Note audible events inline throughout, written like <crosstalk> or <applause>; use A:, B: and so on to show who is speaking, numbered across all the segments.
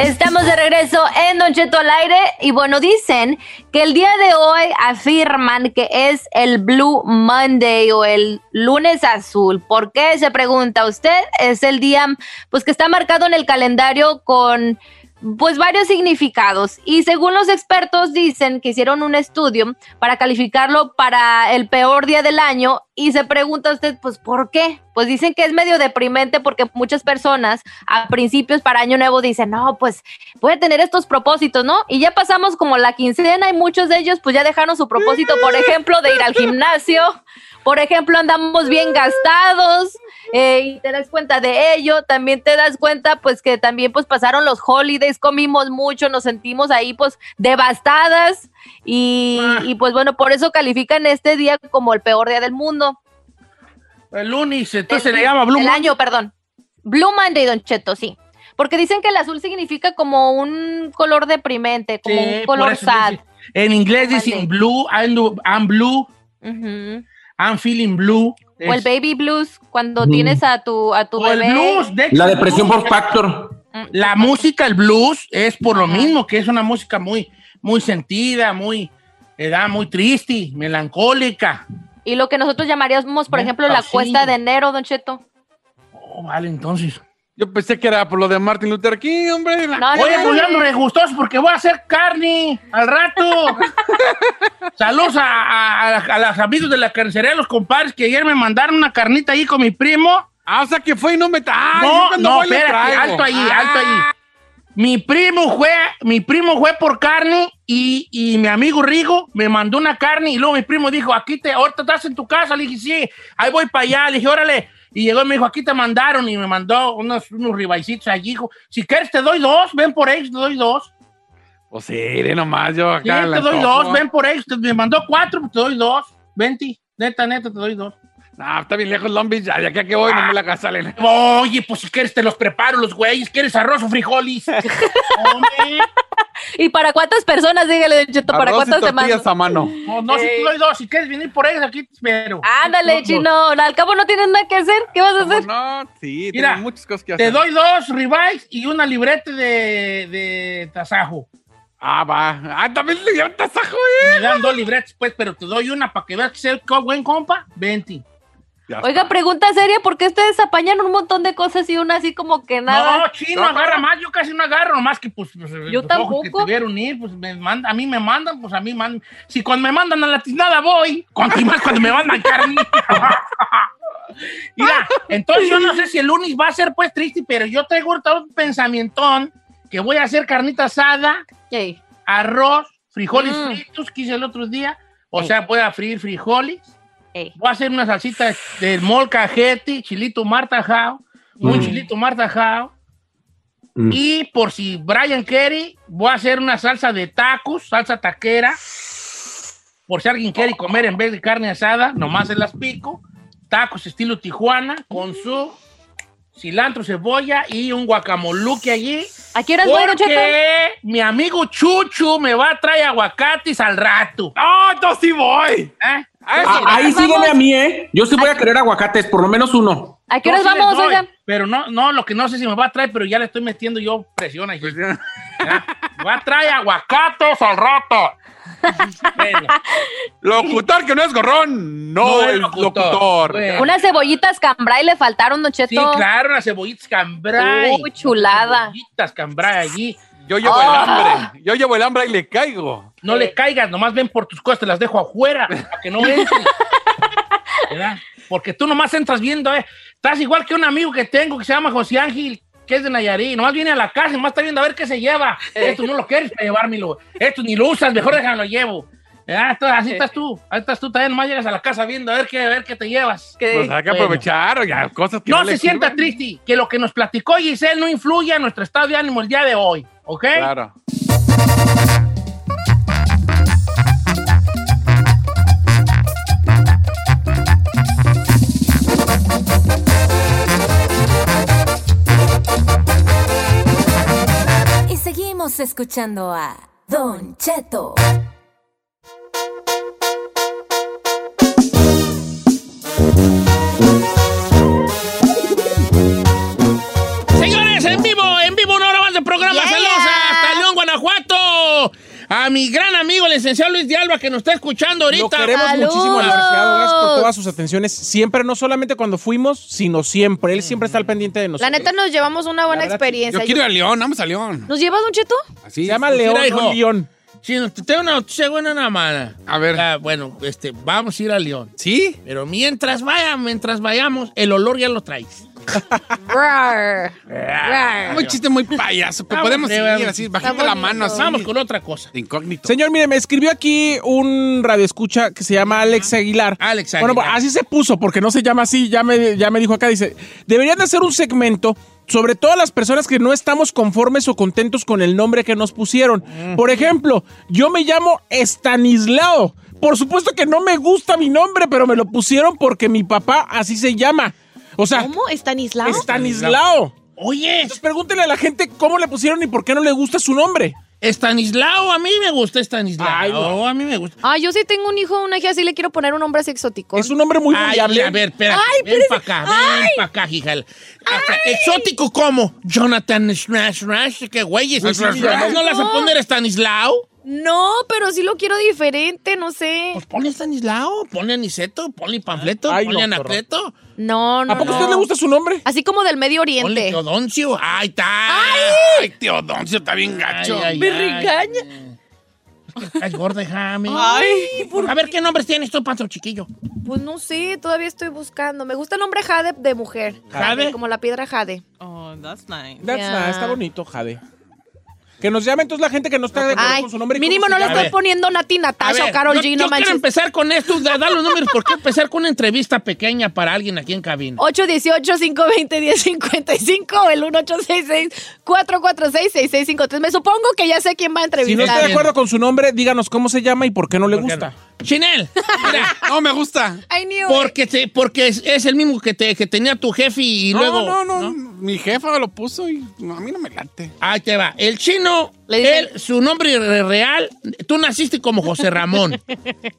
A: Estamos de regreso en Don Cheto al aire y bueno, dicen que el día de hoy afirman que es el Blue Monday o el lunes azul. ¿Por qué? Se pregunta usted. Es el día pues que está marcado en el calendario con pues varios significados y según los expertos dicen que hicieron un estudio para calificarlo para el peor día del año y se pregunta usted pues ¿por qué? Pues dicen que es medio deprimente porque muchas personas a principios para año nuevo dicen no pues voy a tener estos propósitos ¿no? Y ya pasamos como la quincena y muchos de ellos pues ya dejaron su propósito por ejemplo de ir al gimnasio por ejemplo, andamos bien gastados eh, y te das cuenta de ello. También te das cuenta, pues, que también, pues, pasaron los holidays, comimos mucho, nos sentimos ahí, pues, devastadas y, y pues, bueno, por eso califican este día como el peor día del mundo.
B: El lunes, entonces
A: El-
B: se le llama Blue
A: El
B: Monday.
A: año, perdón. Blue Monday, Don Cheto, sí. Porque dicen que el azul significa como un color deprimente, como
B: Sí,
A: un
B: por
A: color
B: eso
A: sad.
B: dice- En inglés
A: Monday.
B: dicen blue, I'm, do- I'm blue,
A: Ujú.
B: I'm feeling blue.
A: O el
B: Es-
A: baby blues, cuando
C: Ujú.
A: tienes a tu, a tu
B: o el
A: bebé. Mm.
B: blues, de hecho,
C: La
B: el
C: depresión
B: blues-
C: por factor.
B: La música, el blues, es por lo
A: Ajá.
B: mismo, que es una música muy, muy sentida, muy, edad muy triste, melancólica.
A: Y lo que nosotros llamaríamos, por
B: Bien
A: ejemplo, la
B: pasillo.
A: cuesta de enero, Don Cheto.
B: Oh, vale, entonces.
D: Yo pensé que era por lo de Martin Luther King, hombre. la-
A: No, no,
B: Oye,
A: no,
B: pues
A: no.
B: ya ando re gustoso porque voy a hacer carne al
A: <laughs>
B: rato. Saludos a, a, a- a los amigos de la carnicería, los compadres que ayer me mandaron una carnita ahí con mi primo.
D: Ah, o sea que fue y no me... Ah, yo
B: no,
D: cuando
B: no,
D: voy le
B: espérate,
D: traigo.
B: alto ahí,
D: Ah,
B: alto ahí. Mi primo fue, mi primo fue por carne y, y mi amigo Rigo me mandó una carne y luego mi primo dijo, aquí te, ahorita estás en tu casa. Le dije, sí, ahí voy para allá. Le dije, órale. Y llegó y me dijo, aquí te mandaron y me mandó unos, unos ribaicitos allí. Dijo, si quieres te doy dos, ven por ellos, te doy dos.
D: Pues sí, de nomás yo
B: Sí,
D: acá.
B: te
D: la
B: doy
D: antojo.
B: dos, ven por ellos. Te- Me mandó cuatro, pues te doy dos. Venti, neta, neta, te doy dos.
D: No, está bien lejos Long Beach. Ya, ya que aquí voy, no me la gasalen.
B: Oye, pues si quieres te los preparo los güeyes. ¿Quieres arroz
D: <laughs>
B: o frijoles? Hombre.
A: ¿Y para cuántas personas? Dígale, Don Cheto, ¿para
D: Arroz y
A: cuántas
D: tortillas
A: semanas?
D: a mano.
B: No, no, si
A: Eh.
B: tú doy dos, si quieres venir por ellos, aquí te espero.
A: Ándale,
B: No, no.
A: chino. Al cabo no tienes nada que hacer. ¿Qué vas a
D: ¿Cómo
A: hacer?
D: No, sí,
B: Mira,
D: tengo muchas cosas que hacer.
B: Te doy dos ribeyes y una libreta de, de tasajo.
D: Ah, va. Ah, también le dio un tasajo, eh.
B: Me dan dos libretas, pues, pero te doy una para que veas que soy co- buen compa. 20.
D: Ya
A: Oiga,
D: está.
A: pregunta seria, ¿por qué ustedes apañan un montón de cosas y una así como que nada?
B: No, chino, agarra más. Yo casi no agarro, más que pues. pues, los ojos Que
A: tampoco.
B: te vieron ir, pues me manda- a mí me mandan, pues a mí mandan. Si cuando me mandan a la tiznada voy, cuanto y más cuando me mandan carne. <laughs> Mira, entonces yo no sé si el lunes va a ser pues triste, pero yo traigo ahorita un pensamientón que voy a hacer carnita asada.
A: Ey.
B: arroz, frijoles
A: Mm.
B: fritos que hice el otro día. O
A: Ey.
B: sea, voy a freír frijoles.
A: Ey.
B: Voy a hacer una salsita de molcajete, chilito martajao, un
C: Mm.
B: chilito martajao.
C: Mm.
B: Y por si Brian quiere, voy a hacer una salsa de tacos, salsa taquera. Por si alguien quiere comer en vez de carne asada, nomás se las pico. Tacos estilo Tijuana con su cilantro, cebolla y un guacamoluque allí.
A: ¿A qué horas voy, Don Cheto?
B: Porque mi amigo Chuchu me va a traer aguacates al rato.
D: ¡Ah, yo sí voy!
B: ¿eh?
D: Ah,
C: Ah, ahí
A: vamos.
C: sígueme a mí, ¿eh? Yo sí voy a querer aguacates, por lo menos uno.
A: ¿A qué
B: Yo
A: horas
B: sí les
A: vamos,
B: doy,
A: oiga?
B: Pero no, no, lo que no sé si me va a traer, pero ya le estoy metiendo yo presión ahí. Me va a traer aguacates al rato. Bueno,
D: Locutor que no es gorrón, no,
B: es
D: es locutor.
B: Bueno,
A: Unas cebollitas cambray le <laughs> faltaron, Don
B: sí,
A: Cheto.
B: claro, las cebollitas cambray.
A: Uy, chulada.
B: Las cebollitas cambray allí.
D: Yo llevo
B: Ah.
D: el hambre. Yo llevo el hambre y le caigo.
B: No le caigas, nomás ven por tus cosas, te las dejo afuera, para que no entren. ¿Verdad? Porque tú nomás entras viendo, eh. Estás igual que un amigo que tengo que se llama José Ángel, que es de Nayarit. Nomás viene a la casa y nomás está viendo a ver qué se lleva. Esto no lo quieres para llevármelo. Esto ni lo usas, mejor déjalo llevo. ¿Verdad? Entonces, así estás tú. Ahí estás tú también, nomás llegas a la casa viendo a ver qué, a ver qué te llevas.
D: Pues hay que
B: Bueno.
D: aprovechar. Ya, cosas que
B: No
D: le
B: se sienta
D: sirven.
B: triste, que lo que nos platicó Giselle no influye a nuestro estado de ánimo el día de hoy, ¿ok?
D: Claro.
E: Y seguimos escuchando a Don Cheto.
B: Señores, en vivo, en vivo, una hora más de programa. Saludos hasta León, Guanajuato. A mi gran amigo, el licenciado Luis de Alba, que nos está escuchando ahorita.
C: Lo queremos
F: ¡Salud!
C: muchísimo, licenciado. Gracias por todas sus atenciones. Siempre, no solamente cuando fuimos, sino siempre. Él siempre está al pendiente de
G: La
C: nosotros.
G: neta nos llevamos una buena
C: La verdad,
G: experiencia.
D: Yo quiero ir a León, vamos a León.
G: ¿Nos llevas, Don Cheto?
D: Así.
C: Se llama
B: Pues mira,
C: León,
B: hijo.
C: no León.
B: Sí, no, te tengo una noticia buena nada más.
D: A ver.
B: Ah, bueno, este, vamos a ir a León.
D: ¿Sí?
B: Pero mientras vaya, mientras vayamos, el olor ya lo traes.
D: Ah,
G: Rar. Rar.
D: Un chiste muy payaso. Pero podemos
B: sí,
D: ir
B: vamos.
D: así, bajando la mano así.
B: Vamos con otra cosa.
D: De incógnito.
C: Señor, mire, me escribió aquí un radioescucha que se llama Alex Aguilar.
B: Ah. Alex
C: Bueno,
B: Aguilar.
C: así se puso, porque no se llama así, ya me, ya me dijo acá, dice, deberían de hacer un segmento sobre todas las personas que no estamos conformes o contentos con el nombre que nos pusieron. Por ejemplo, yo me llamo Estanislao. Por supuesto que no me gusta mi nombre, pero me lo pusieron porque mi papá así se llama. O sea,
G: ¿Cómo? ¿Están aislados?
C: Estanislao.
B: Oye,
C: Entonces pregúntenle a la gente cómo le pusieron y por qué no le gusta su nombre.
B: Estanislao, a mí me gusta Estanislao.
C: Ay, no.
B: a mí me gusta.
G: Ah, yo sí tengo un hijo, una hija, sí le quiero poner un hombre así exótico.
C: Es un nombre muy
B: Ay,
C: variable.
B: a ver, espérate.
G: Ay,
B: ven
G: espérese.
B: para acá, ven para acá, hija. Hasta Exótico como Jonathan Smash Rash, que güeyes.
D: Smash, Smash,
B: ¿No, no las a poner Stanislao?
G: No, pero sí lo quiero diferente, no sé.
B: Pues ponle Stanislao, ponle Aniceto, ponle Panfleto,
C: Ay,
B: ponle
C: no,
B: Anacleto,
G: No, no.
C: ¿A poco a
G: no.
C: usted le gusta su nombre?
G: Así como del Medio
B: ponle
G: Oriente.
B: Teodoncio. ¡Ay, está!
D: Ay, Teodoncio está bien gacho.
B: ay,
G: Me
B: ay.
G: regaña.
B: Estás gorda, hija. mi.
G: Ay, ¿por
B: A ver, ¿qué nombres tienes tú, panzo chiquillo?
G: Pues no sé, todavía estoy buscando. Me gusta el nombre Jade de mujer.
B: ¿Jade?
G: Como la piedra Jade.
C: That's
G: Ya.
C: nice, está bonito, Jade. Que nos llame entonces la gente que no está de acuerdo
G: Ay,
C: con su nombre. y
G: mínimo
C: cómo
G: no
C: se
G: le
C: llama.
G: estoy
B: ver.
G: poniendo Nati
B: A
G: Natasha o
B: ver,
G: Carol
B: yo-
G: G,
B: yo
G: no
B: quiero
G: manches.
B: empezar con esto, da, da los números. ¿Por qué empezar con una entrevista pequeña para alguien aquí en cabina?
G: 818-520-1055 o el 1866-446-6653. Me supongo que ya sé quién va a
C: Si no está
G: entrevistar.
C: de acuerdo con su nombre, díganos cómo se llama y por qué no le
B: ¿Por qué
C: gusta.
B: no? Chinel, mira,
G: <laughs>
D: No, me gusta.
G: I knew it.
B: porque, te- porque es, es el mismo que, te, que tenía tu jefe y
D: no,
B: luego...
D: no, no, Mi jefa me lo puso y no, a mí no me late.
B: Ahí te va. El chino,
G: Le dicen-
B: él, su nombre re- real, tú naciste como José
G: <laughs>
B: Ramón.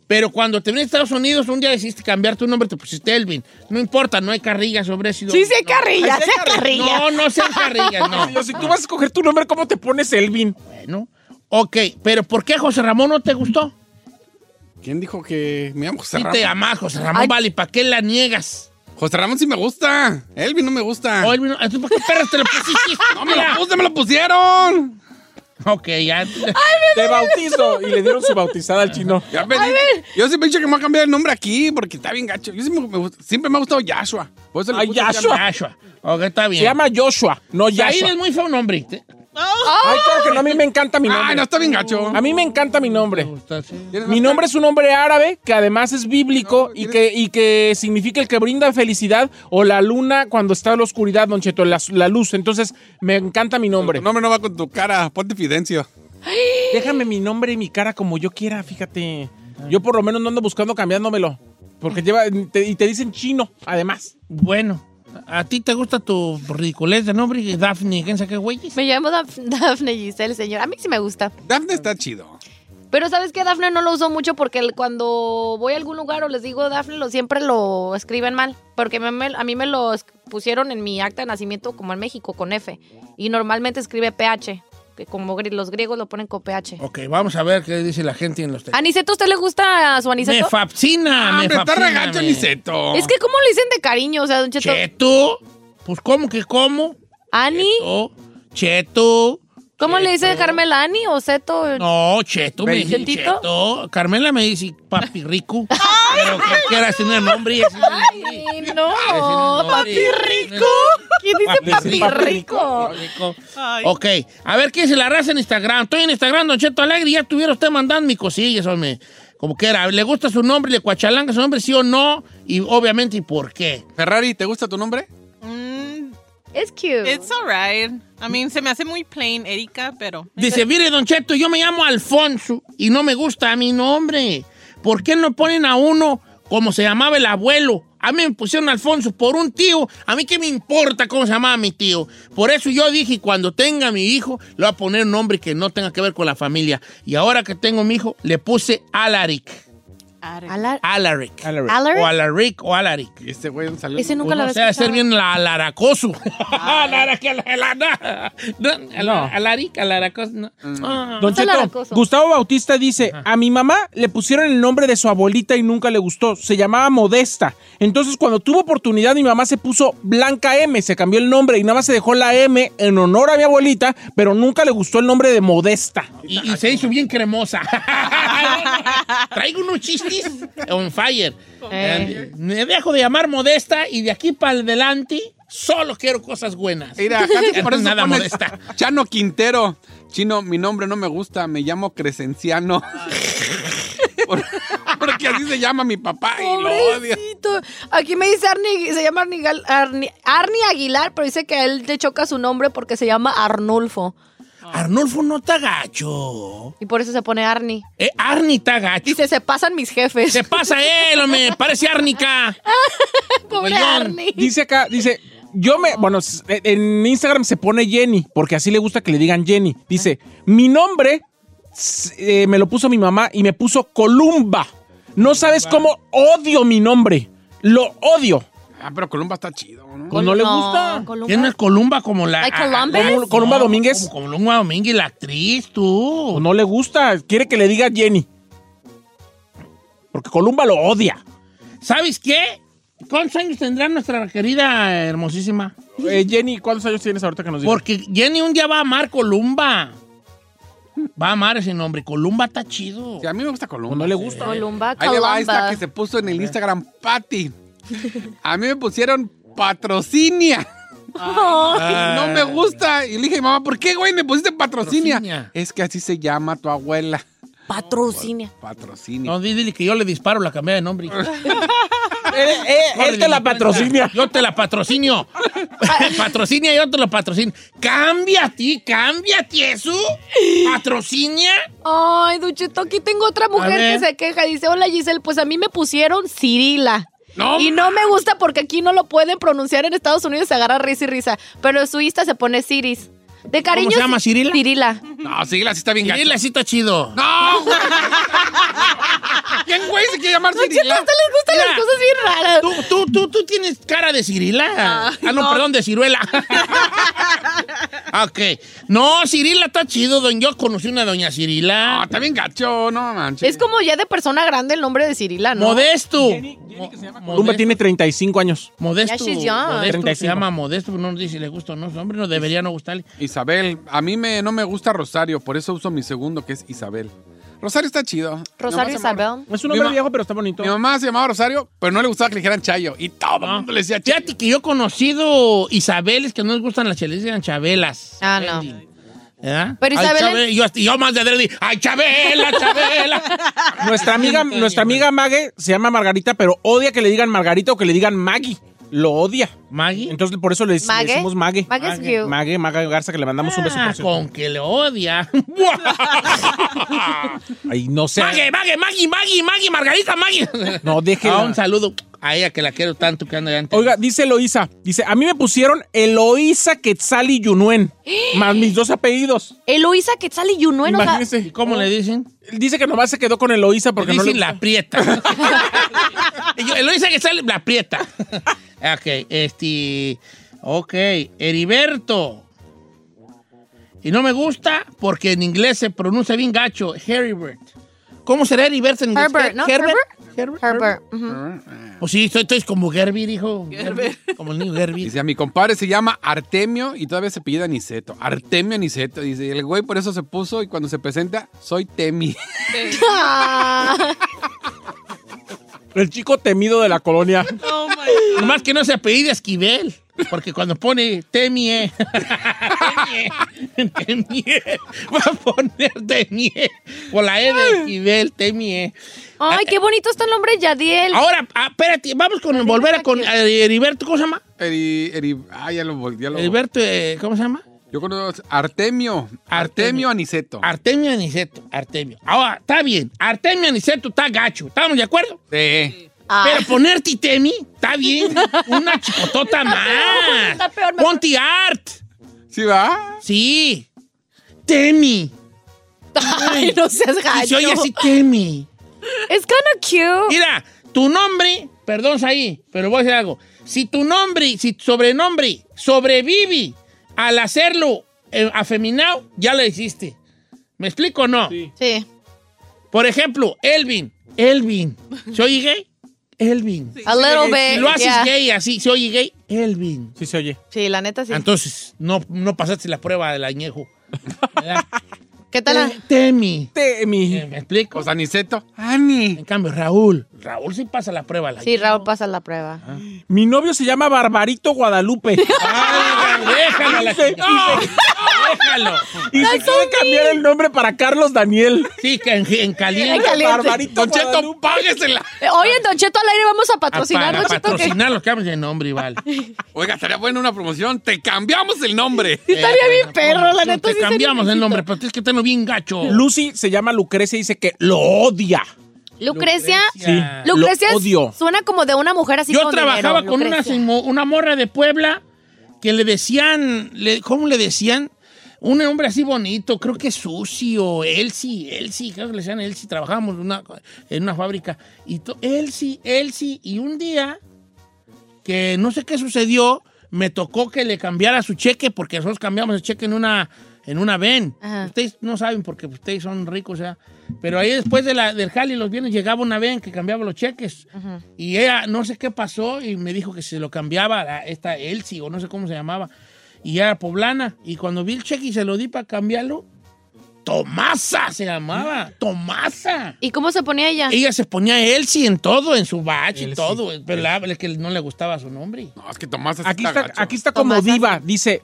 B: pero cuando te viniste a Estados Unidos, un día decidiste cambiar tu nombre, te pusiste Elvin. No importa, no hay carrilla sobre eso.
G: Sí, sí, hay carrilla,
C: Ay, sí
G: sí,
C: hay
G: hay
C: carrilla.
G: carrilla.
B: No, no sean carrillas,
G: <laughs>
B: no.
C: Digo, Si tú vas a escoger tu nombre, ¿cómo te pones Elvin?
B: Bueno, ok, pero ¿por qué José Ramón no te gustó?
D: ¿Quién dijo que me llamo José
B: Si
D: Ramón?
B: te amas, José Ramón,
G: Ay.
B: vale, ¿para qué la niegas?
D: José Ramón sí me gusta. Elvin no me gusta.
B: O Elvin, ¿tú ¿Por qué perras te lo pusiste?
D: Ah. <laughs> no me lo puse, me lo pusieron.
B: <laughs> Ok, ya.
C: Te bautizo. Y le dieron su bautizada al chino.
D: Ya me dije- Yo siempre he dicho que me voy a cambiar el nombre aquí porque está bien gacho. Yo siempre me, gusta- siempre me ha gustado Yashua. Por eso le
C: Ay,
D: puse
C: Yashua.
B: Yashua. Ok, está bien.
C: Se llama Joshua, no
B: Yair
C: Yashua.
B: es muy feo nombre. ¿te-
C: Ay, claro que no, a mí me encanta mi
D: Ay, Ah, no,
C: nombre.
D: está bien gacho.
C: A mí me encanta mi nombre.
B: gusta, sí?
C: Mi nombre es un nombre árabe que además es bíblico y, que, y que significa el que brinda felicidad o la luna cuando está la oscuridad, Don Cheto, la, la luz. Entonces, me encanta mi nombre.
D: Tu nombre no va con tu cara. Ponte Fidencio.
C: Déjame mi nombre y mi cara como yo quiera, fíjate. Yo por lo menos no ando buscando cambiándomelo. Porque lleva. te- y te dicen chino, además.
B: Bueno, ¿a ti te gusta tu ridiculez de nombre? Daphne, ¿quién sabe qué güeyes?
G: Me llamo Daf- Dafne Giselle, señor. A mí sí me gusta.
D: Daphne está chido.
G: Pero ¿sabes qué? Dafne no lo uso mucho porque el- cuando voy a algún lugar o les digo Dafne, lo, siempre lo escriben mal. Porque me- me- a mí me lo es- pusieron en mi acta de nacimiento como en México, con F. Y normalmente escribe PH, que como gri- los griegos lo ponen con PH.
B: Ok, vamos a ver qué dice la gente en los textos.
G: Aniceto, ¿a usted le gusta a su
B: Me
G: Aniceto?
B: fascina, Ah, me
D: Ah, hombre, está
B: fascina,
D: regacho
B: me-
D: Niceto.
G: Es que ¿cómo le dicen de cariño? O sea, Don Cheto,
B: Cheto. Pues, ¿cómo que cómo?
G: Ani,
B: Cheto. Cheto.
G: ¿Cómo le dice Carmela Ani o Zeto?
B: No, Cheto me dice
G: ¿Chetito?
B: Cheto. Carmela me dice papi rico. pero que quieras tener nombre. y ese es el nombre.
G: Ay, no, papi rico. <laughs> ¿Quién dice papi rico?
B: rico. Ok, a ver quién se la raza en Instagram. Estoy en Instagram, Don Cheto Alegre. Ya estuviera usted mandando mi cosillas, hombre. Como quiera. ¿Le gusta su nombre? ¿Le cuachalanga su nombre? ¿Sí o no? Y obviamente, ¿y por qué?
D: Ferrari, ¿te gusta tu nombre?
H: Mm,
G: Es cute.
H: it's alright. I mean, se me hace muy plain, Erika, pero.
B: Dice, mire, Don Cheto, yo me llamo Alfonso y no me gusta mi nombre. ¿Por qué no ponen a uno como se llamaba el abuelo? A mí me pusieron Alfonso por un tío. A mí qué me importa cómo se llamaba mi tío. Por eso yo dije, cuando tenga mi hijo, le voy a poner un nombre que no tenga que ver con la familia. Y ahora que tengo mi hijo, le puse Alaric.
H: Are-
G: Ala-
B: Alaric.
D: Alaric.
G: Alaric.
B: O Alaric o Alaric.
D: Y este güey un saludo.
G: Ese nunca
B: Pues
G: lo
B: no
G: había
B: sé, hacer
G: escuchado.
B: bien la alaracoso. <laughs> Alara- que la- la- na- na-
C: No.
B: Alaric, alaracoso, no. Ah.
C: Don
G: Está
C: Cheto,
G: laracoso.
C: Gustavo Bautista dice, a mi mamá le pusieron el nombre de su abuelita y nunca le gustó, se llamaba Modesta. Entonces cuando tuvo oportunidad mi mamá se puso Blanca M, se cambió el nombre y nada más se dejó la M en honor a mi abuelita, pero nunca le gustó el nombre de Modesta.
B: Y, y se hizo bien cremosa. <laughs> Traigo unos chistes on fire.
G: Eh.
B: Me dejo de llamar modesta y de aquí para adelante solo quiero cosas buenas.
D: Mira, casi por eso
B: Nada
D: pones
B: modesta.
D: Chano Quintero. Chino, mi nombre no me gusta, me llamo
B: <laughs>
D: Crescenciano. Por- Porque así se llama mi papá y lo odio.
G: Pobrecito. Aquí me dice Arnie, se llama Arnie, Gal- Arnie- Arnie Aguilar, pero dice que a él le choca su nombre porque se llama Arnulfo.
B: Arnulfo no está gacho.
G: Y por eso se pone Arnie.
B: Eh, Arni está gacho.
G: Dice, se pasan mis jefes. <laughs>
B: Se pasa él, me parece árnica.
G: Pobre
B: Millón.
G: Arnie.
C: Dice acá, dice, yo me, bueno, s- e, en Instagram se pone Jenny, porque así le gusta que le digan Jenny. Dice, mi nombre s- eh, me lo puso mi mamá y me puso Columba. No sabes cómo odio mi nombre. Lo odio. Pues
D: Ah, pero Columba está chido, ¿no?
C: ¿No le gusta?
G: Columba.
B: ¿Quién es Columba como la.
G: Like Columbus?
B: como-
C: Columba Domínguez.
B: como Columba Domínguez, la actriz, tú.
C: O Pues no le gusta. Quiere que le diga Jenny. Porque Columba lo odia.
B: ¿Sabes qué? ¿Cuántos años tendrá nuestra querida hermosísima?
C: Eh, Jenny, ¿cuántos años tienes ahorita que nos digas?
B: Porque Jenny un día va a amar Columba. Va a amar ese nombre. Columba está chido.
D: Sí, a mí me gusta Columba.
C: O pues no le
D: sí.
C: gusta.
G: Columba,
D: Ahí le va esta
G: Columba.
D: que se puso en el Instagram, Patty. A mí me pusieron patrocinia. No me gusta. Y le dije, mamá, ¿por qué, güey, me pusiste patrocinia?
B: Patrocinia.
D: Es que así se llama tu abuela.
G: Patrocinia.
D: Patrocinia.
B: No, di- dile que yo le disparo la cambiada de nombre.
C: Eh, eh, él te la patrocina.
B: Yo te la patrocinio. patrocinia, yo te la patrocino. Cambia a ti, cambia a ti eso. Patrocinia.
G: Ay, Ducheto, aquí tengo otra mujer
B: ver.
G: que se queja. Dice, hola Giselle, pues a mí me pusieron Cirila.
B: No.
G: Y no me gusta porque aquí no lo pueden pronunciar en Estados Unidos, se agarra risa y risa. Pero en su Insta se pone Ciris. De cariño.
B: se llama,
G: Ci-
B: Cirila?
G: Cirila.
D: No, sí, la sí está bien gacha.
B: Dile así está chido.
D: No, güey. ¿Quién, güey, se quiere llamar
G: Ducheto, a
D: Cirila?
G: usted les gustan
B: Mira.
G: las cosas bien raras.
B: Tú, tú, tú, tú tienes cara de Cirila. Ah, no, perdón, de ciruela. ok. No, Cirila está chido. don- Yo conocí una doña
D: No,
B: Cirila.
D: está bien gacho, no manches.
G: Es como ya de persona grande el nombre de Cirila, ¿no?
B: Modesto.
C: Columba tiene 35 años.
B: Modesto.
G: Ya, she's young.
B: Modesto se
C: 35.
B: llama Modesto, pero no nos dice si le gusta o no. su Hombre, no debería no gustarle.
D: Isabel, a mí me, no me gusta Rosario, por eso uso mi segundo, que es Isabel. Rosario está chido.
G: Rosario
D: Mi mamá se llamaba-
G: Isabel.
C: Es un hombre
D: Mi ma-
C: viejo, pero está bonito.
D: Mi mamá se llamaba Rosario, pero no le gustaba que le dijeran Chayo. Y todo el
C: Ah.
B: No.
D: mundo le decía Chayo.
B: Fíjate que yo he conocido Isabeles que no les gustan las chelas, eran chabelas.
G: Ah, no.
B: ¿Eh?
G: Pero
B: Ay,
G: Isabel-
B: Chabela, yo, hasta- yo más de adrede, ¡ay, Chabela,
G: <laughs>
B: Chabela!
C: Nuestra amiga, nuestra amiga Mague se llama Margarita, pero odia que le digan Margarita o que le digan Maggie. Lo odia.
B: Maggie.
C: Entonces por eso le le
G: Mague.
C: decimos Mague.
G: Mague es cute.
C: Mague, Maga Garza, que le mandamos un beso.
B: Ah,
C: por cierto.
B: con que le odia. <laughs>
C: Ay, no sé.
B: Maggie, Maggie, Maggie, Maggie, Maggie, Margarita, Maggie.
C: No, déjela.
B: Ah, un saludo a ella que la quiero tanto que anda allá antes.
C: Oiga, dice Eloísa, dice, a mí me pusieron Eloísa Quetzal y Yunuen, más mis dos apellidos.
G: Eloisa Quetzal y Yunuen, o sea,
B: ¿Y cómo le dicen?
C: Él dice que nomás se quedó con Eloísa porque
B: dicen
C: no le
B: la prieta.
C: <laughs>
B: Y yo- Lo dice que sale la prieta. ok, este. Ok, Heriberto. Y no me gusta porque en inglés se pronuncia bien gacho. Heribert. ¿Cómo será Heribert en inglés?
G: Herbert, ¿no?
B: Herbert.
G: Herbert. Herbert. ujú.
B: Pues sí, estoy, estoy como Gerby, dijo. Como el niño Gerby.
D: Dice, a mi compadre se llama Artemio y todavía se pide Niceto. Artemio Niceto. Dice, y el güey por eso se puso y cuando se presenta, soy Temi. <laughs>
C: El chico temido de la colonia. <laughs>
B: Nomás que no se apellida Esquivel. Porque cuando pone Temie. Temie. Temie. Va a poner Temie. O la E de Esquivel, Temie.
G: <laughs> Ay, qué bonito está el nombre de Yadiel.
B: Ahora, ah, espérate, vamos con volver a con a Heriberto, ¿cómo se llama?
D: Eri, Eri- ah, ya lo, vol- ya lo-
B: Heriberto, eh, ¿cómo se llama?
D: Yo conozco Artemio. Artemio Aniceto.
B: Artemio Aniceto, Artemio. Ahora, está bien. Artemio Aniceto está gacho. ¿Estamos de acuerdo?
D: Sí.
G: Ah.
B: Pero ponerte Temi, está bien. Una
G: <laughs>
B: chicotota más.
G: Está peor, me-
B: Ponte Art.
D: ¿Sí va?
B: Sí. Temi.
G: Ay, <laughs> no seas
B: Y se oye
G: gacho.
B: así, Temi.
G: Es kinda cute.
B: Mira, tu nombre, perdón, ahí, pero voy a decir algo. Si tu nombre, si tu sobrenombre sobrevive al hacerlo eh, afeminado, ya lo hiciste. ¿Me explico o no?
G: Sí.
B: Por ejemplo, Elvin. Elvin. ¿Se oye gay? Elvin.
G: A little bit.
B: Si lo haces
G: yeah.
B: gay así, ¿se oye gay? Elvin.
C: Sí se oye.
G: Sí, la neta sí.
B: Entonces, no, no pasaste la prueba
C: <laughs>
B: del añejo. ¿verdad?
G: ¿Qué tal? la-
B: Te- Temi.
C: Temi.
B: Eh, ¿Me explico?
D: Pues Aniceto. Ani.
B: En cambio, Raúl. Raúl sí pasa la prueba del
G: Sí, Raúl pasa la prueba.
B: Ah.
C: Mi novio se llama Barbarito
B: <laughs>
C: Guadalupe.
B: añejo. Ah, Déjalo, la
C: Dice-
B: chingada. Déjalo.
C: Y se quiere cambiar el nombre para Carlos Daniel.
B: Sí, que en, en
G: En
B: caliente.
G: caliente.
C: Barbarito
D: Don Cheto,
C: Guadalupe.
D: páguesela.
G: Eh, Oye, Don Cheto al aire vamos a
B: A
G: patrocinar,
B: Ah, para
G: Don Cheto. que- <laughs>
B: patrocinar los cambios de nombre, igual.
D: Oiga, estaría buena una promoción. Te cambiamos el nombre.
G: Estaría bien perro, la
B: Te
G: neta. sí sería
B: Eh, cambiamos el
G: necesito.
B: nombre, pero tienes que tenerlo bien gacho.
C: Lucy se llama Lucrecia y dice que lo odia.
G: Lucrecia.
B: ¿eh? Lucrecia.
C: Sí.
G: Lucrecia
C: Lo
G: es-
C: odio.
G: suena como de una mujer así
B: Yo
G: con
B: trabajaba
G: dinero,
B: con una,
G: Lucrecia.
B: simo- una morra de Puebla que le decían, le- ¿cómo le decían? Un hombre así bonito, creo que Susi o Elsie, Elsie, creo que le decían Elsie, trabajábamos en una, en una fábrica. Y to- Elsie, Elsie, y un día que no sé qué sucedió, me tocó que le cambiara su cheque, porque nosotros cambiamos el cheque en una, en una VEN.
G: Ajá.
B: Ustedes no saben porque ustedes son ricos, o sea. Pero ahí después de la, del jali los viernes llegaba una VEN que cambiaba los cheques. Y ella, no sé qué pasó, y me dijo que se lo cambiaba a esta Elsie, o no sé cómo se llamaba. Y era poblana. Y cuando vi el cheque y se lo di para cambiarlo, Tomasa se llamaba. Tomasa.
G: ¿Y cómo se ponía ella?
B: Ella se ponía Elsie en todo, en su batch y todo. Pero la, es que no le gustaba su nombre.
D: No, es que Tomás
C: Aquí
D: está
C: está,
D: gacho.
C: aquí está como
G: Tomás,
C: diva. Dice,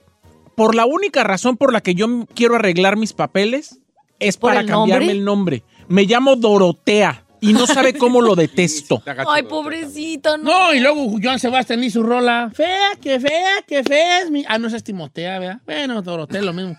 C: por la única razón por la que yo m- quiero arreglar mis papeles es
G: ¿Por
C: para
G: el
C: cambiarme
G: nombre?
C: el nombre. Me llamo Dorotea y no sabe cómo lo detesto.
D: Está gacho.
G: Ay, pobrecita, no.
B: No, y luego Joan Sebastián hizo su rola. Fea, que fea, que fea es mi. Ah, no, esa es Timotea, ¿verdad? Bueno, Dorotea, es lo mismo.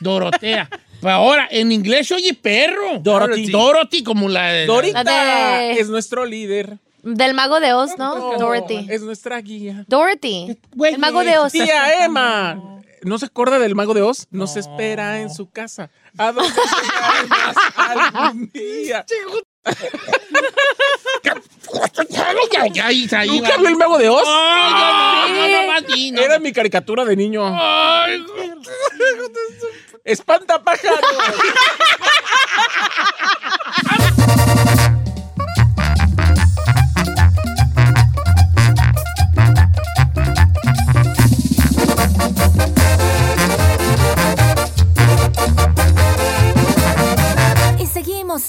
B: Dorotea. Pero ahora, en inglés se oye perro.
C: Dorothy.
B: Dorothy, como la de.
C: Dorita
G: La de-
C: es nuestro líder. Oh,
G: Del mago de Oz, ¿no? Dorothy.
C: Es nuestra guía.
G: Dorothy.
B: Güey,
G: el mago de Oz.
C: Tía Emma. ¿No se acuerda del mago de Oz? No, se espera en su casa. ¿A dónde llegarás algún día?
B: Ay, ay, ay, ahí
C: ¿Nunca
B: va.
C: vio el mago de Oz?
B: Ay, no, no, no, no, más di, no.
C: Era mi caricatura de niño.
B: Ay,
C: ¡Espanta pájaro!
E: Y seguimos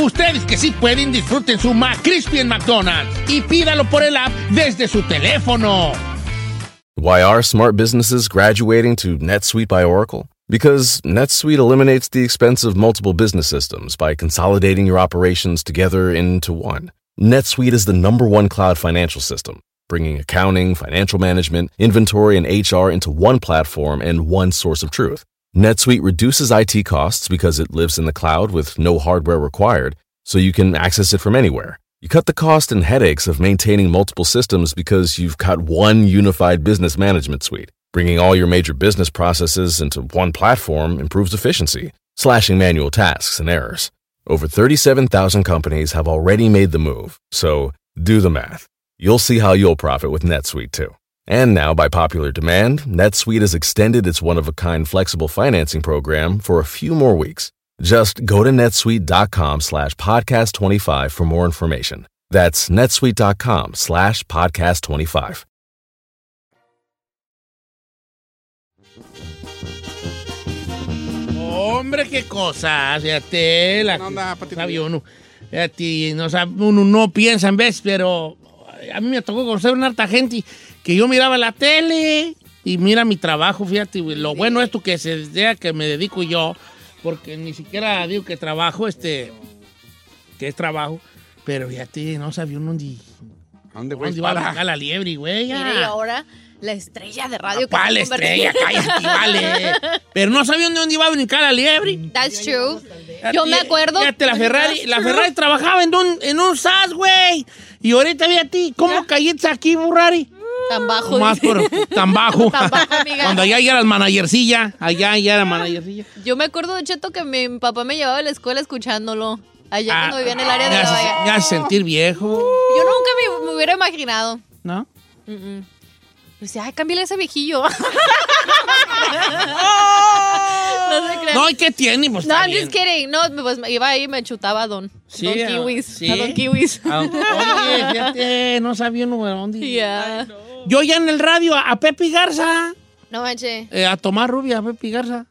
B: Ustedes que sí pueden, disfruten su McCrispy en McDonald's y pídalo por el app desde su teléfono.
I: Why are smart businesses graduating to NetSuite by Oracle? Because NetSuite eliminates the expense of multiple business systems by consolidating your operations together into one. NetSuite is the number one cloud financial system, bringing accounting, financial management, inventory, and HR into one platform and one source of truth. NetSuite reduces IT costs because it lives in the cloud with no hardware required, so you can access it from anywhere. You cut the cost and headaches of maintaining multiple systems because you've got one unified business management suite. Bringing all your major business processes into one platform improves efficiency, slashing manual tasks and errors. Over 37,000 companies have already made the move, so do the math. You'll see how you'll profit with NetSuite too. And now, by popular demand, NetSuite has extended its one of a kind flexible financing program for a few more weeks. Just go to netsuite.com slash podcast 25 for more information. That's netsuite.com slash podcast 25.
B: Hombre, qué cosa, fíjate, la sabe uno. Fíjate, no sabe- uno no piensa en vez, pero ay, a mí me tocó conocer una harta gente que yo miraba la tele y mira mi trabajo, fíjate, güey, lo bueno es tú que se sea que me dedico yo, porque ni siquiera digo que trabajo, este, que es trabajo, pero fíjate, no sabía uno ni
D: ¿A dónde,
B: dónde iba a arrancar la liebre, güey. ya.
J: Mira, y ahora la estrella de radio. que
B: ¿Cuál
J: se convirtió-
B: estrella? Cállate,
G: <laughs>
B: vale.
J: <laughs>
B: Pero no sabía dónde iba a brincar la liebre.
J: That's true. Yo me acuerdo.
B: Fíjate, la Ferrari, la Ferrari trabajaba en un, en un SAS, güey. Y ahorita vi a ti. ¿Cómo caíste aquí, Ferrari?
J: Tan bajo.
B: Más
J: dice. <laughs>
B: por tan bajo.
J: Tan
B: <laughs>
J: bajo, amiga.
B: Cuando allá ya eras managercilla. Allá ya era managercilla.
J: Yo me acuerdo, Don Cheto, que mi papá me llevaba a la escuela escuchándolo. Allá
B: Ah,
J: cuando vivía en el área de
B: me hace-
J: la bahía.
B: Me hace sentir viejo.
J: Yo nunca me, me hubiera imaginado.
B: ¿No?
J: Mm, mm. Dice, ay, cámbiale ese viejillo. <laughs> no se crean.
B: No, ¿y qué tiene? Pues,
J: No,
B: está
J: I'm
B: bien.
J: just kidding. No, me- pues me iba ahí y me chutaba a Don.
B: Sí,
J: don
B: ah,
J: Kiwis.
B: sí.
J: A Don Kiwis. <laughs>
B: Ah, oye, fíjate, no sabía uno de dónde.
J: Yeah.
B: Yo ya en el radio a, a Pepe Garza.
J: No manches.
B: eh, a Tomás Rubia, a Pepe Garza.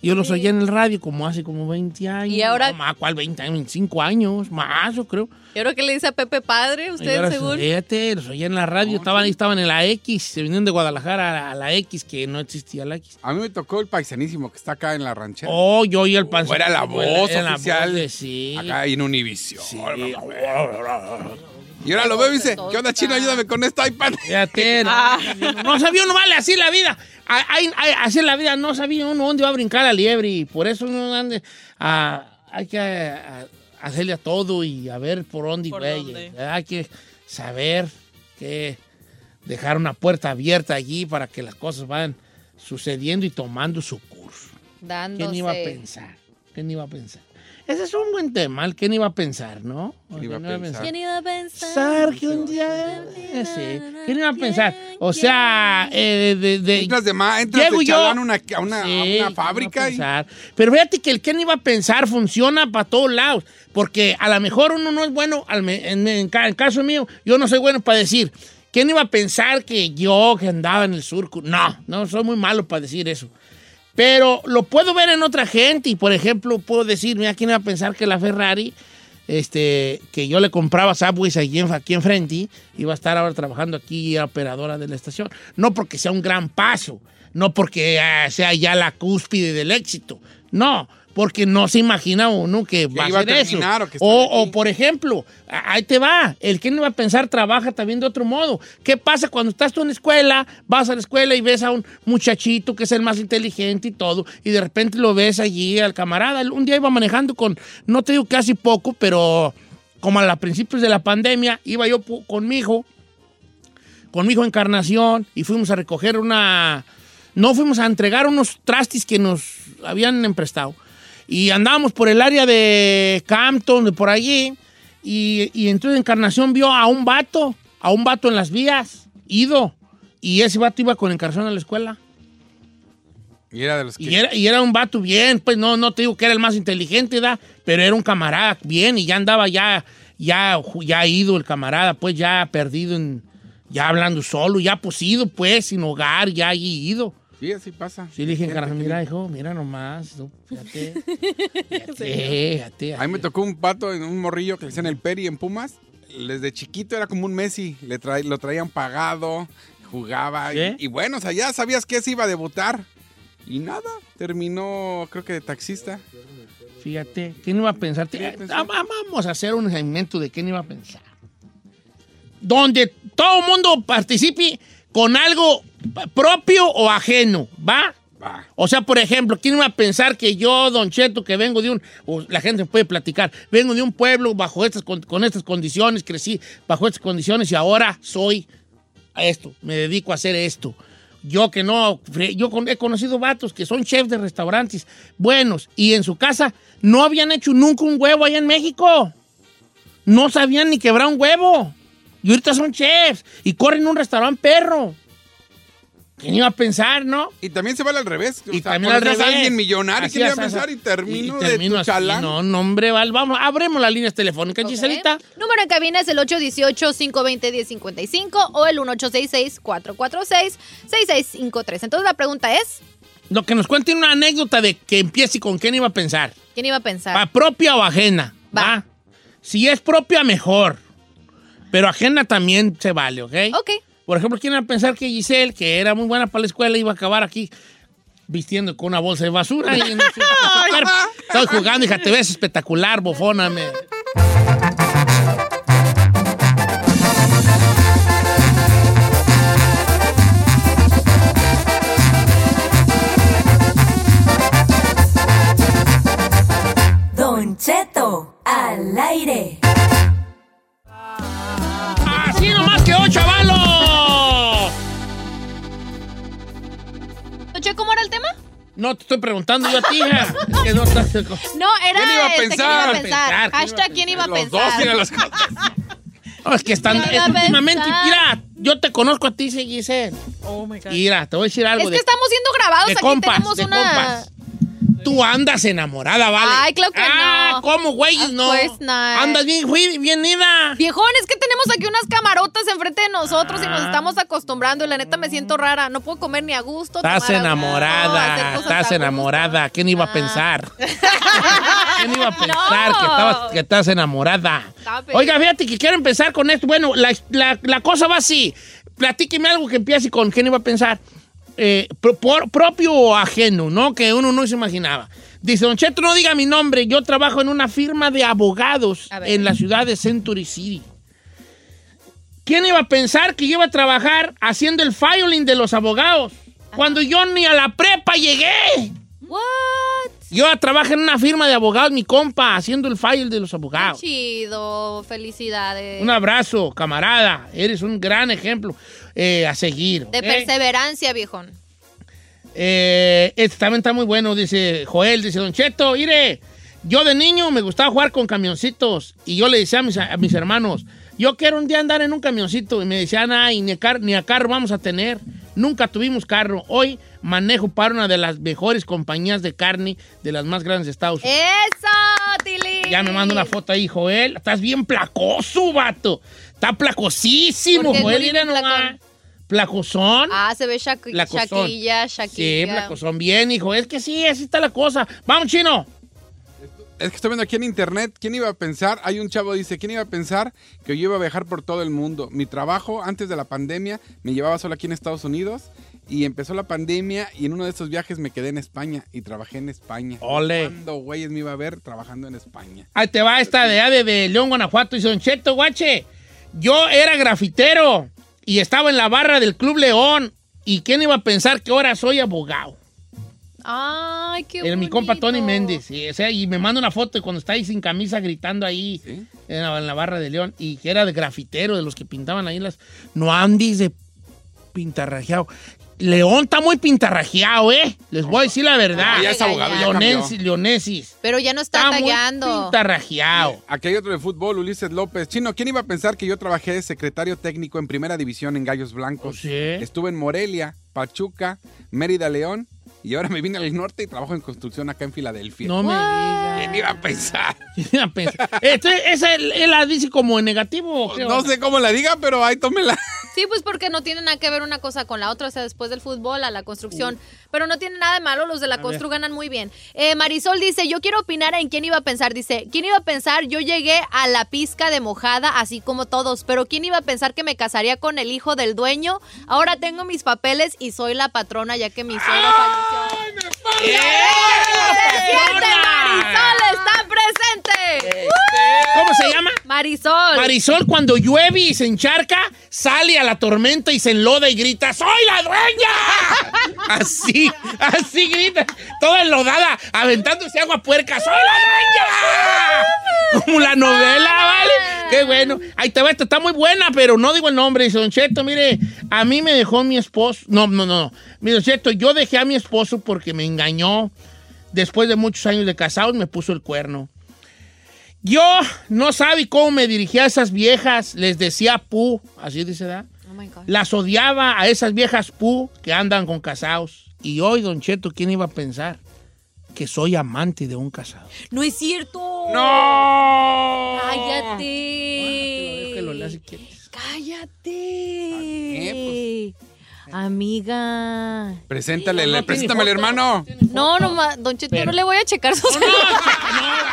B: Yo los oía en el radio como hace como 20 años.
J: Y ahora-
B: No, más, ¿cuál 20 años? 25 años, más, yo creo.
J: Y ahora que le dice a Pepe Padre,
B: Y
J: usted
B: ahora
J: según. Oh,
B: Fíjate, los oía en la radio, estaban ahí, estaban en la X, se vinieron de Guadalajara a la, a la X, que no existía la X.
D: A mí me tocó el paisanísimo que está acá en la ranchera.
B: Oh, yo oí el panzón.
D: O era la voz
B: Era la
D: oficial.
B: voz de- sí.
D: Acá en Univision. Y ahora lo veo y dice, ¿qué onda, chino? Ayúdame con este
B: <laughs>
D: iPad.
B: Fíjate. no, No sabía uno, vale, así la vida. A- ay, ay, así la vida, no sabía uno dónde iba a brincar la liebre. Y por eso uno ande a, hay que a- a- hacerle a todo y a ver por dónde, güey. Hay que saber que dejar una puerta abierta allí para que las cosas vayan sucediendo y tomando su curso.
J: Dándose.
B: ¿Quién iba a pensar? ¿Quién iba a pensar? Ese es un buen tema, el ¿quién iba a pensar, no? ¿Quién
D: iba a pensar?
J: ¿Quién iba a pensar?
B: que un día... Ese, ¿Quién iba a pensar? O sea, eh, de, de- de-
D: Entras de más, entras
B: Llego
D: de
B: yo.
D: chalán a una- a una- a
B: Sí,
D: una
B: ¿quién iba a
D: fábrica y-
B: pensar? Pero fíjate que el ¿quién iba a pensar? Funciona para todos lados, porque a lo mejor uno no es bueno, al me- en, en ca- en caso mío, yo no soy bueno para decir... ¿Quién iba a pensar que yo que andaba en el surco? No, no, soy muy malo para decir eso. Pero lo puedo ver en otra gente y, por ejemplo, puedo decir, mira, ¿quién iba a pensar que la Ferrari, este, que yo le compraba Subways aquí, en- aquí enfrente, iba a estar ahora trabajando aquí y era operadora de la estación? No porque sea un gran paso, no porque ah, sea ya la cúspide del éxito, no, porque no se imagina uno que va a
D: iba a
B: hacer eso.
D: terminar o que
B: O, o, por ejemplo, a- ahí te va, el que no va a pensar trabaja también de otro modo. ¿Qué pasa cuando estás tú en la escuela, vas a la escuela y ves a un muchachito que es el más inteligente y todo, y de repente lo ves allí al camarada? Un día iba manejando con, no te digo casi poco, pero como a los principios de la pandemia, iba yo pu- con mi hijo, con mi hijo Encarnación, y fuimos a recoger una... No fuimos a entregar unos trastis que nos habían emprestado. Y andábamos por el área de Campton, de por allí. Y, y entonces Encarnación vio a un vato, a un vato en las vías, ido. Y ese vato iba con Encarnación a la escuela.
D: Y era de los que...
B: Y era, y era un vato bien, pues no, no te digo que era el más inteligente, ¿da? pero era un camarada bien y ya andaba ya, ya, ju- ya ido el camarada, pues ya perdido, en, ya hablando solo, ya posido, pues, sin hogar, ya allí ido.
D: Sí, así pasa.
B: Sí, le dije, "Encarnación, mira, hijo, mira nomás, tú, fíjate.
D: A mí me tocó un pato en un morrillo que le decían el Peri en Pumas. Desde chiquito era como un Messi, le tra- lo traían pagado, jugaba.
B: ¿Sí?
D: Y, y bueno, o sea, ya sabías que se iba a debutar. Y nada, terminó, creo que de taxista.
B: Fíjate, ¿quién iba a pensar? Te- ah, va- Vamos a hacer un segmento de quién iba a pensar. Donde todo el mundo participe con algo pa- propio o ajeno, ¿va? O sea, por ejemplo, ¿quién iba a pensar que yo, Don Cheto, que vengo de un... o la gente me puede platicar. Vengo de un pueblo bajo estas, con, con estas condiciones, crecí bajo estas condiciones y ahora soy a esto, me dedico a hacer esto. Yo que no, fre- yo con- he conocido vatos que son chefs de restaurantes buenos y en su casa no habían hecho nunca un huevo allá en México. No sabían ni quebrar un huevo. Y ahorita son chefs y corren un restaurante perro. ¿Quién iba a pensar, no?
D: Y también se vale al revés.
B: Y
D: o sea,
B: también al
D: conoces a
B: revés.
D: alguien millonario,
B: Así
D: ¿quién iba a
B: es,
D: pensar?
B: así-
D: Y termino,
B: y
D: de tu
B: así.
D: chalán.
B: No, no, hombre, Val, vamos, abremos las líneas telefónicas, Giselita.
J: Número en cabina es el 818-520-1055 o el 1866-446-6653. Entonces la pregunta es,
B: Lo que nos cuente una anécdota de que empiece con quién iba a pensar.
J: ¿quién iba a pensar?
B: ¿Va propia o ajena? Va. Si es propia, mejor. Pero ajena también se vale, ¿ok?
J: Ok.
B: Por ejemplo, ¿quién va a pensar que Giselle, que era muy buena para la escuela, iba a acabar aquí vistiendo con una bolsa de basura? y
D: <laughs>
B: en su- Estoy jugando, hija, te ves espectacular, bofona. me-
E: Don Cheto al aire.
B: ¡Así nomás quedó, chavalo!
J: Che, ¿Cómo era el tema?
B: No, te estoy preguntando yo a ti, hija. Es que no estás-
J: No, era
B: ¿Quién iba a
J: este,
B: pensar?
J: ¿Quién iba a
B: Pensar,
J: <laughs> pensar?
B: ¿quién
J: Hashtag ¿Quién iba a
B: Los dos
J: pensar?
B: tienen las No, es que están
J: ¿Quién iba a
B: es últimamente.
J: pensar?
B: Mira, yo te conozco a ti, Giselle. Oh my God. Mira, te voy a decir algo.
J: Es que
B: de-
J: estamos siendo grabados,
B: de
J: aquí
B: compas,
J: tenemos
B: de
J: una...
B: compas. Tú andas enamorada, ¿vale?
J: Ay, claro que
B: ah,
J: no.
B: ¿cómo, güey?
J: Of
B: No.
J: course not.
B: Andas bien, güey, bien ida.
J: Viejón, es que tenemos aquí unas camarotas enfrente de nosotros
B: Ah.
J: y nos estamos acostumbrando y la neta me siento rara. No puedo comer ni a gusto.
B: Estás
J: tomar agua. No, hacer
B: enamorada,
J: cosas
B: estás
J: a
B: enamorada. ¿Quién iba a
J: <laughs>
B: pensar? ¿Quién iba a pensar que, estabas, que estás enamorada?
J: Stop it.
B: Oiga, fíjate que quiero empezar con esto. Bueno, la, la- la cosa va así. Platíqueme algo que empiece con quién iba a pensar. Eh, pro- por- propio o ajeno, ¿no? Que uno no se imaginaba. Dice, Don Cheto, no diga mi nombre. Yo trabajo en una firma de abogados
J: A ver.
B: en la ciudad de Century City. ¿Quién iba a pensar que yo iba a trabajar haciendo el filing de los abogados? Cuando yo ni a la prepa llegué.
J: What?
B: Yo trabajé en una firma de abogados, mi compa, haciendo el file de los abogados.
J: Chido, felicidades.
B: Un abrazo, camarada. Eres un gran ejemplo eh, a seguir.
J: De
B: ¿ok?
J: perseverancia, viejón.
B: Eh, este también está muy bueno, dice Joel, dice Don Cheto, mire, yo de niño me gustaba jugar con camioncitos y yo le decía a mis, a mis hermanos, yo quiero un día andar en un camioncito y me decían, ay, ni a, car- ni a carro vamos a tener, nunca tuvimos carro, hoy manejo para una de las mejores compañías de carne de las más grandes de Estados Unidos.
J: ¡Eso, Tilly!
B: Ya me manda una foto ahí, Joel, estás bien placoso, vato, está placosísimo,
J: ¿Por qué,
B: Joel,
J: Tilly,
B: mira
J: placón?
B: nomás, placosón.
J: Ah, se ve shaqui-
B: Placozón.
J: Shaquilla,
B: Sí,
J: Shaquilla.
B: placozón, bien, hijo. Es que sí, así está la cosa. Vamos, chino.
D: <laughs> Es que estoy viendo aquí en internet, ¿quién iba a pensar? Hay un chavo dice, ¿quién iba a pensar que yo iba a viajar por todo el mundo? Mi trabajo antes de la pandemia me llevaba solo aquí en Estados Unidos Y empezó la pandemia y en uno de esos viajes me quedé en España y trabajé en España.
B: Ole.
D: ¿Cuándo, güeyes, me iba a ver trabajando en España?
B: Ahí te va esta de ADE de León, Guanajuato y Soncheto, guache. Yo era grafitero y estaba en la barra del Club León. ¿Y quién iba a pensar que ahora soy abogado?
J: Ay, qué
B: El, mi compa Tony Méndez. sí, o sea, y me manda una foto de cuando está ahí sin camisa gritando ahí en, la, en la barra de León. Y que era de grafitero, de los que pintaban ahí las. No andes de pintarrajeado. León está muy pintarrajeado, ¿eh? Les voy a decir la verdad.
D: No, Ah, ya es abogado, ya cambió.
B: Leonensis, Leonesis.
J: Pero ya no está,
B: Está muy
J: tagueando.
B: Pintarrajeado.
D: Aquí hay otro de fútbol, Ulises López. Chino, ¿quién iba a pensar que yo trabajé de secretario técnico en primera división en Gallos Blancos? Estuve en Morelia, Pachuca, Mérida, León y ahora me vine al norte y trabajo en construcción acá en Filadelfia.
B: No me digas.
D: ¿Quién iba a pensar?
B: <laughs> Este, esa él, él la dice como en negativo. ¿o qué
D: No
B: onda?
D: sé cómo la diga, pero ahí tómela.
J: Sí, pues porque no tiene nada que ver una cosa con la otra, o sea, después del fútbol a la construcción. Pero no tiene nada de malo, los de la constru ganan muy bien. Eh, Marisol dice, yo quiero opinar en quién iba a pensar. Dice, ¿quién iba a pensar? Yo llegué a la pizca de mojada, así como todos, pero ¿quién iba a pensar que me casaría con el hijo del dueño? Ahora tengo mis papeles y soy la patrona, ya que mi suegro falleció. ¡Presente, Marisol está presente!
B: ¿Cómo se llama?
J: Marisol.
B: Marisol cuando llueve y se encharca, sale a la tormenta y se enloda y grita, ¡Soy la dueña! así, así grita, toda enlodada, aventándose agua puerca, ¡Soy la dueña! Como la novela, ¿vale? Qué bueno. Ahí te va, esta está muy buena, pero no digo el nombre. Don Cheto, mire, a mí me dejó mi esposo. No, no, no. Mire, Don Cheto, yo dejé a mi esposo porque me engañó. Después de muchos años de casados, me puso el cuerno. Yo no sabe cómo me dirigía a esas viejas, les decía pu, así dice, ¿verdad?
J: Oh my God.
B: Las odiaba a esas viejas pu que andan con casados. Y hoy, Don Cheto, ¿quién iba a pensar que soy amante de un casado?
J: No es cierto.
B: ¡No! Ah,
J: Cállate.
D: <laughs>
J: Cállate. Amiga.
D: Eh, pues. Preséntale, le- preséntame al hermano.
J: No, no, ma- Don Cheto, yo no le voy a checar sus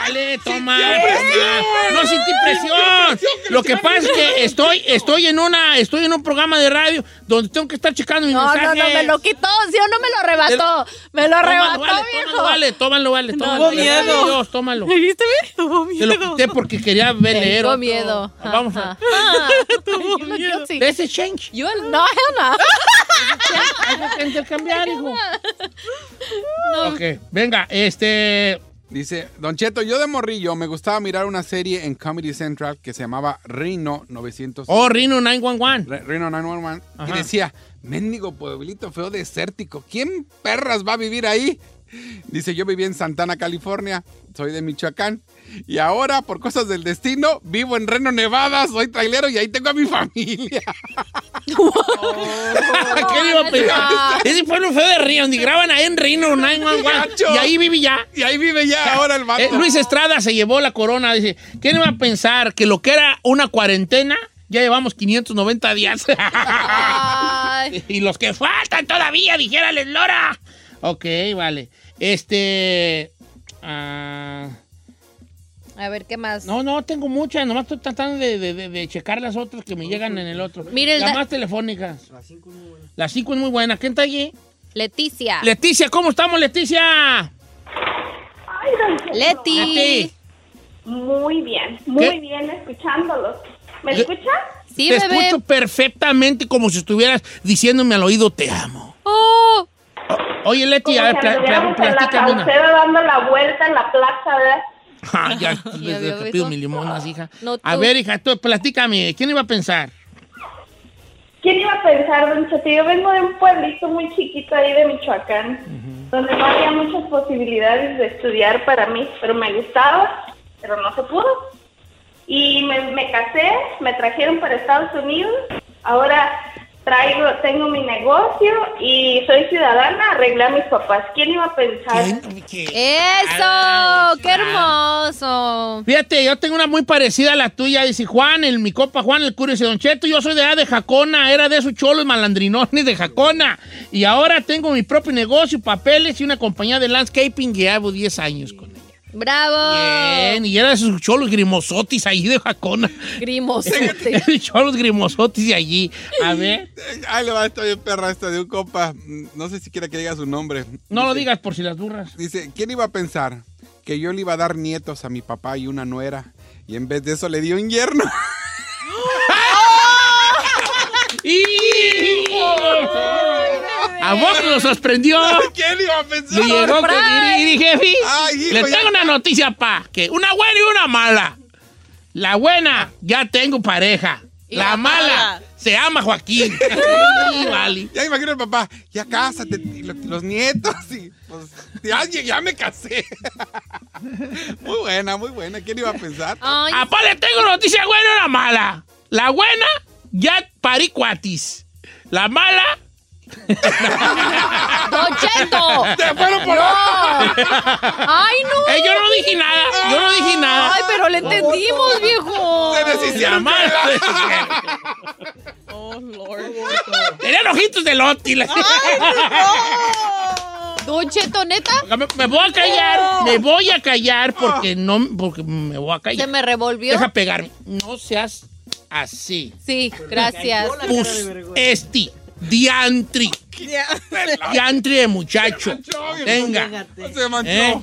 B: Dale, toma. No sentí presión. Lo que pasa es que estoy, estoy en una, estoy en un programa de radio donde tengo que estar checando mis
J: No, Oh, no,
B: mensajes.
J: no, me lo quitó. ¿Sí o no me lo arrebató? Me lo
B: Tómalo,
J: arrebató,
B: vale,
J: viejo.
B: Tómalo, vale, tómalo, vale,
J: Tuvo
B: tómalo.
J: miedo.
B: Gracias a Dios,
J: <laughs>
B: tómalo.
J: ¿Me viste bien? Tuvo
B: Te lo
J: miedo.
B: quité porque quería ver leer. otro.
J: Tengo
B: Ah,
J: miedo.
B: Vamos a
J: <laughs> Tuvo miedo.
B: ¿Ves el change?
J: Yo, el- no, <laughs> hell no.
B: Hay que cambiar, hijo.
J: No,
B: Ok, venga, este.
D: Dice, Don Cheto, yo de morrillo me gustaba mirar una serie en Comedy Central que se llamaba Rino 900.
B: Oh, Rino 911.
D: Re- Reno 911.
B: Ajá.
D: Y decía, mendigo pueblito feo desértico, ¿quién perras va a vivir ahí? Dice, yo viví en Santana, California, soy de Michoacán. Y ahora, por cosas del destino, vivo en Reno, Nevada, soy trailero y ahí tengo a mi familia.
B: ¿Qué le iba <laughs> a pensar? Ese pueblo feo de Río, donde graban ahí en Reno 911. Y ahí vive ya.
D: Y ahí vive ya ahora el vato.
B: Eh, Luis Estrada se llevó la corona. Dice, ¿quién iba a pensar que lo que era una cuarentena, ya llevamos 590 días? <laughs> y los que faltan todavía, dijera la Lora. Ok, vale. Este... ah,
J: A ver, ¿qué más?
B: no, no, tengo muchas. Nomás estoy tratando de, de- de- de checar las otras que me llegan en el otro.
J: Mire, el
B: las
J: da-
B: más telefónicas. Las 5 es muy buena. ¿Quién está allí?
J: Leticia.
A: Ah.
B: Leticia, ¿cómo estamos, Leticia?
J: Leti.
B: Leti.
K: Muy bien, muy
B: ¿Qué?
K: bien escuchándolos. ¿Me
B: Yo-
K: escucha?
B: Te escucho perfectamente como si estuvieras diciéndome al oído te amo.
J: Oh,
B: Oye, Leti, a ver, pla- pla-
K: en la
B: platícame una.
K: caucera dando la vuelta en la plaza, ¿verdad?
B: <laughs> Ah, ya, te-
K: ya veo
B: te pido
K: eso.
B: mi limonas, hija.
K: No,
B: A
K: tú.
B: ver, hija, tú platícame, ¿quién iba a pensar?
K: ¿Quién iba a pensar, Don Cheto? Yo vengo de un pueblito muy chiquito ahí de Michoacán, donde no había muchas posibilidades de estudiar para mí, pero me gustaba, pero no se pudo. Y me, me casé, me trajeron para Estados Unidos, ahora traigo, tengo mi negocio y soy ciudadana, arreglé a mis papás. ¿Quién iba a pensar?
J: eso. Qué hermoso.
B: Fíjate, yo tengo una muy parecida a la tuya, dice Juan, el mi copa Juan, el cura dice, Don Cheto, yo soy de edad de Jacona, era de esos cholos malandrinones de Jacona, y ahora tengo mi propio negocio, papeles y una compañía de landscaping que llevo 10 años con ella.
J: ¡Bravo!
B: Bien, y era de esos cholos grimosotis ahí de Jacona. <laughs>
J: Grimosote.
B: cholos grimosotis de allí. A ver.
D: Ahí le va, está bien perra esta de un compa. No sé si quiera que diga su nombre.
B: No lo digas por si
D: <laughs>
B: las burras.
D: Dice, ¿quién iba a pensar que yo le iba a dar nietos a mi papá y una nuera? Y en vez de eso le dio un yerno.
B: ¡A vos
D: <laughs>
B: lo sorprendió!
D: ¿Quién iba a pensar?
B: Le llegó con
D: Surprise.
B: y dije, "Jefe,
D: Ay, hijo,
B: le
D: ya-
B: tengo una noticia, pa. Que una buena y una mala. La buena, ya tengo pareja.
D: Y
B: la
D: la
B: mala,
D: mala.
B: se
D: <laughs>
B: llama Joaquín. Sí, vale.
D: Ya imagino el papá, ya cásate, y lo- los nietos y pues ya, ya me casé. <laughs> muy buena, muy buena. ¿Quién iba a pensar?
B: Apá, le tengo noticia buena y una mala. La buena, ya parí cuatis. La mala...
J: ¡Don Cheto!
B: ¡Te fueron por
J: ¡Ay, no!
B: Eh, yo no dije nada, yo no dije nada.
J: Ay, pero le entendimos, viejo.
B: La mala se deshicieron.
H: Oh, Lord.
B: Tenían ojitos de loti.
J: Don Cheto, ¿neta?
B: Me, me voy a callar, me voy a callar porque no, porque me voy a
J: Ah. Se
B: callar.
J: me revolvió.
B: Deja pegarme. No seas así.
J: Sí, gracias.
B: Pus, esti, diantri, diantri de muchacho. Venga.
D: Se manchó.
B: ¿Eh?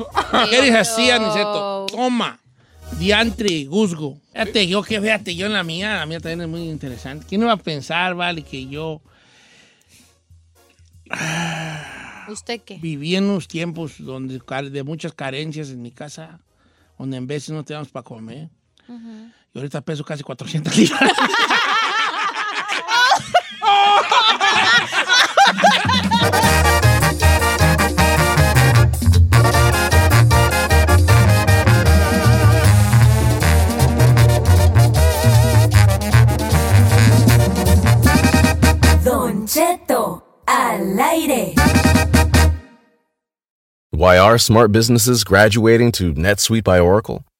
B: ¿Qué eres así, Aniceto? Toma. Diantri, Guzgo. Fíjate, yo que fíjate, yo en la mía, la mía también es muy interesante. ¿Quién iba a pensar, vale, que yo
J: ¿Usted qué?
B: viví en unos tiempos donde car- de muchas carencias en mi casa, donde en veces no teníamos para comer. Y ahorita peso casi 400 <laughs> libras.
E: Don Cheto al aire.
I: Why are smart businesses graduating to NetSuite by Oracle?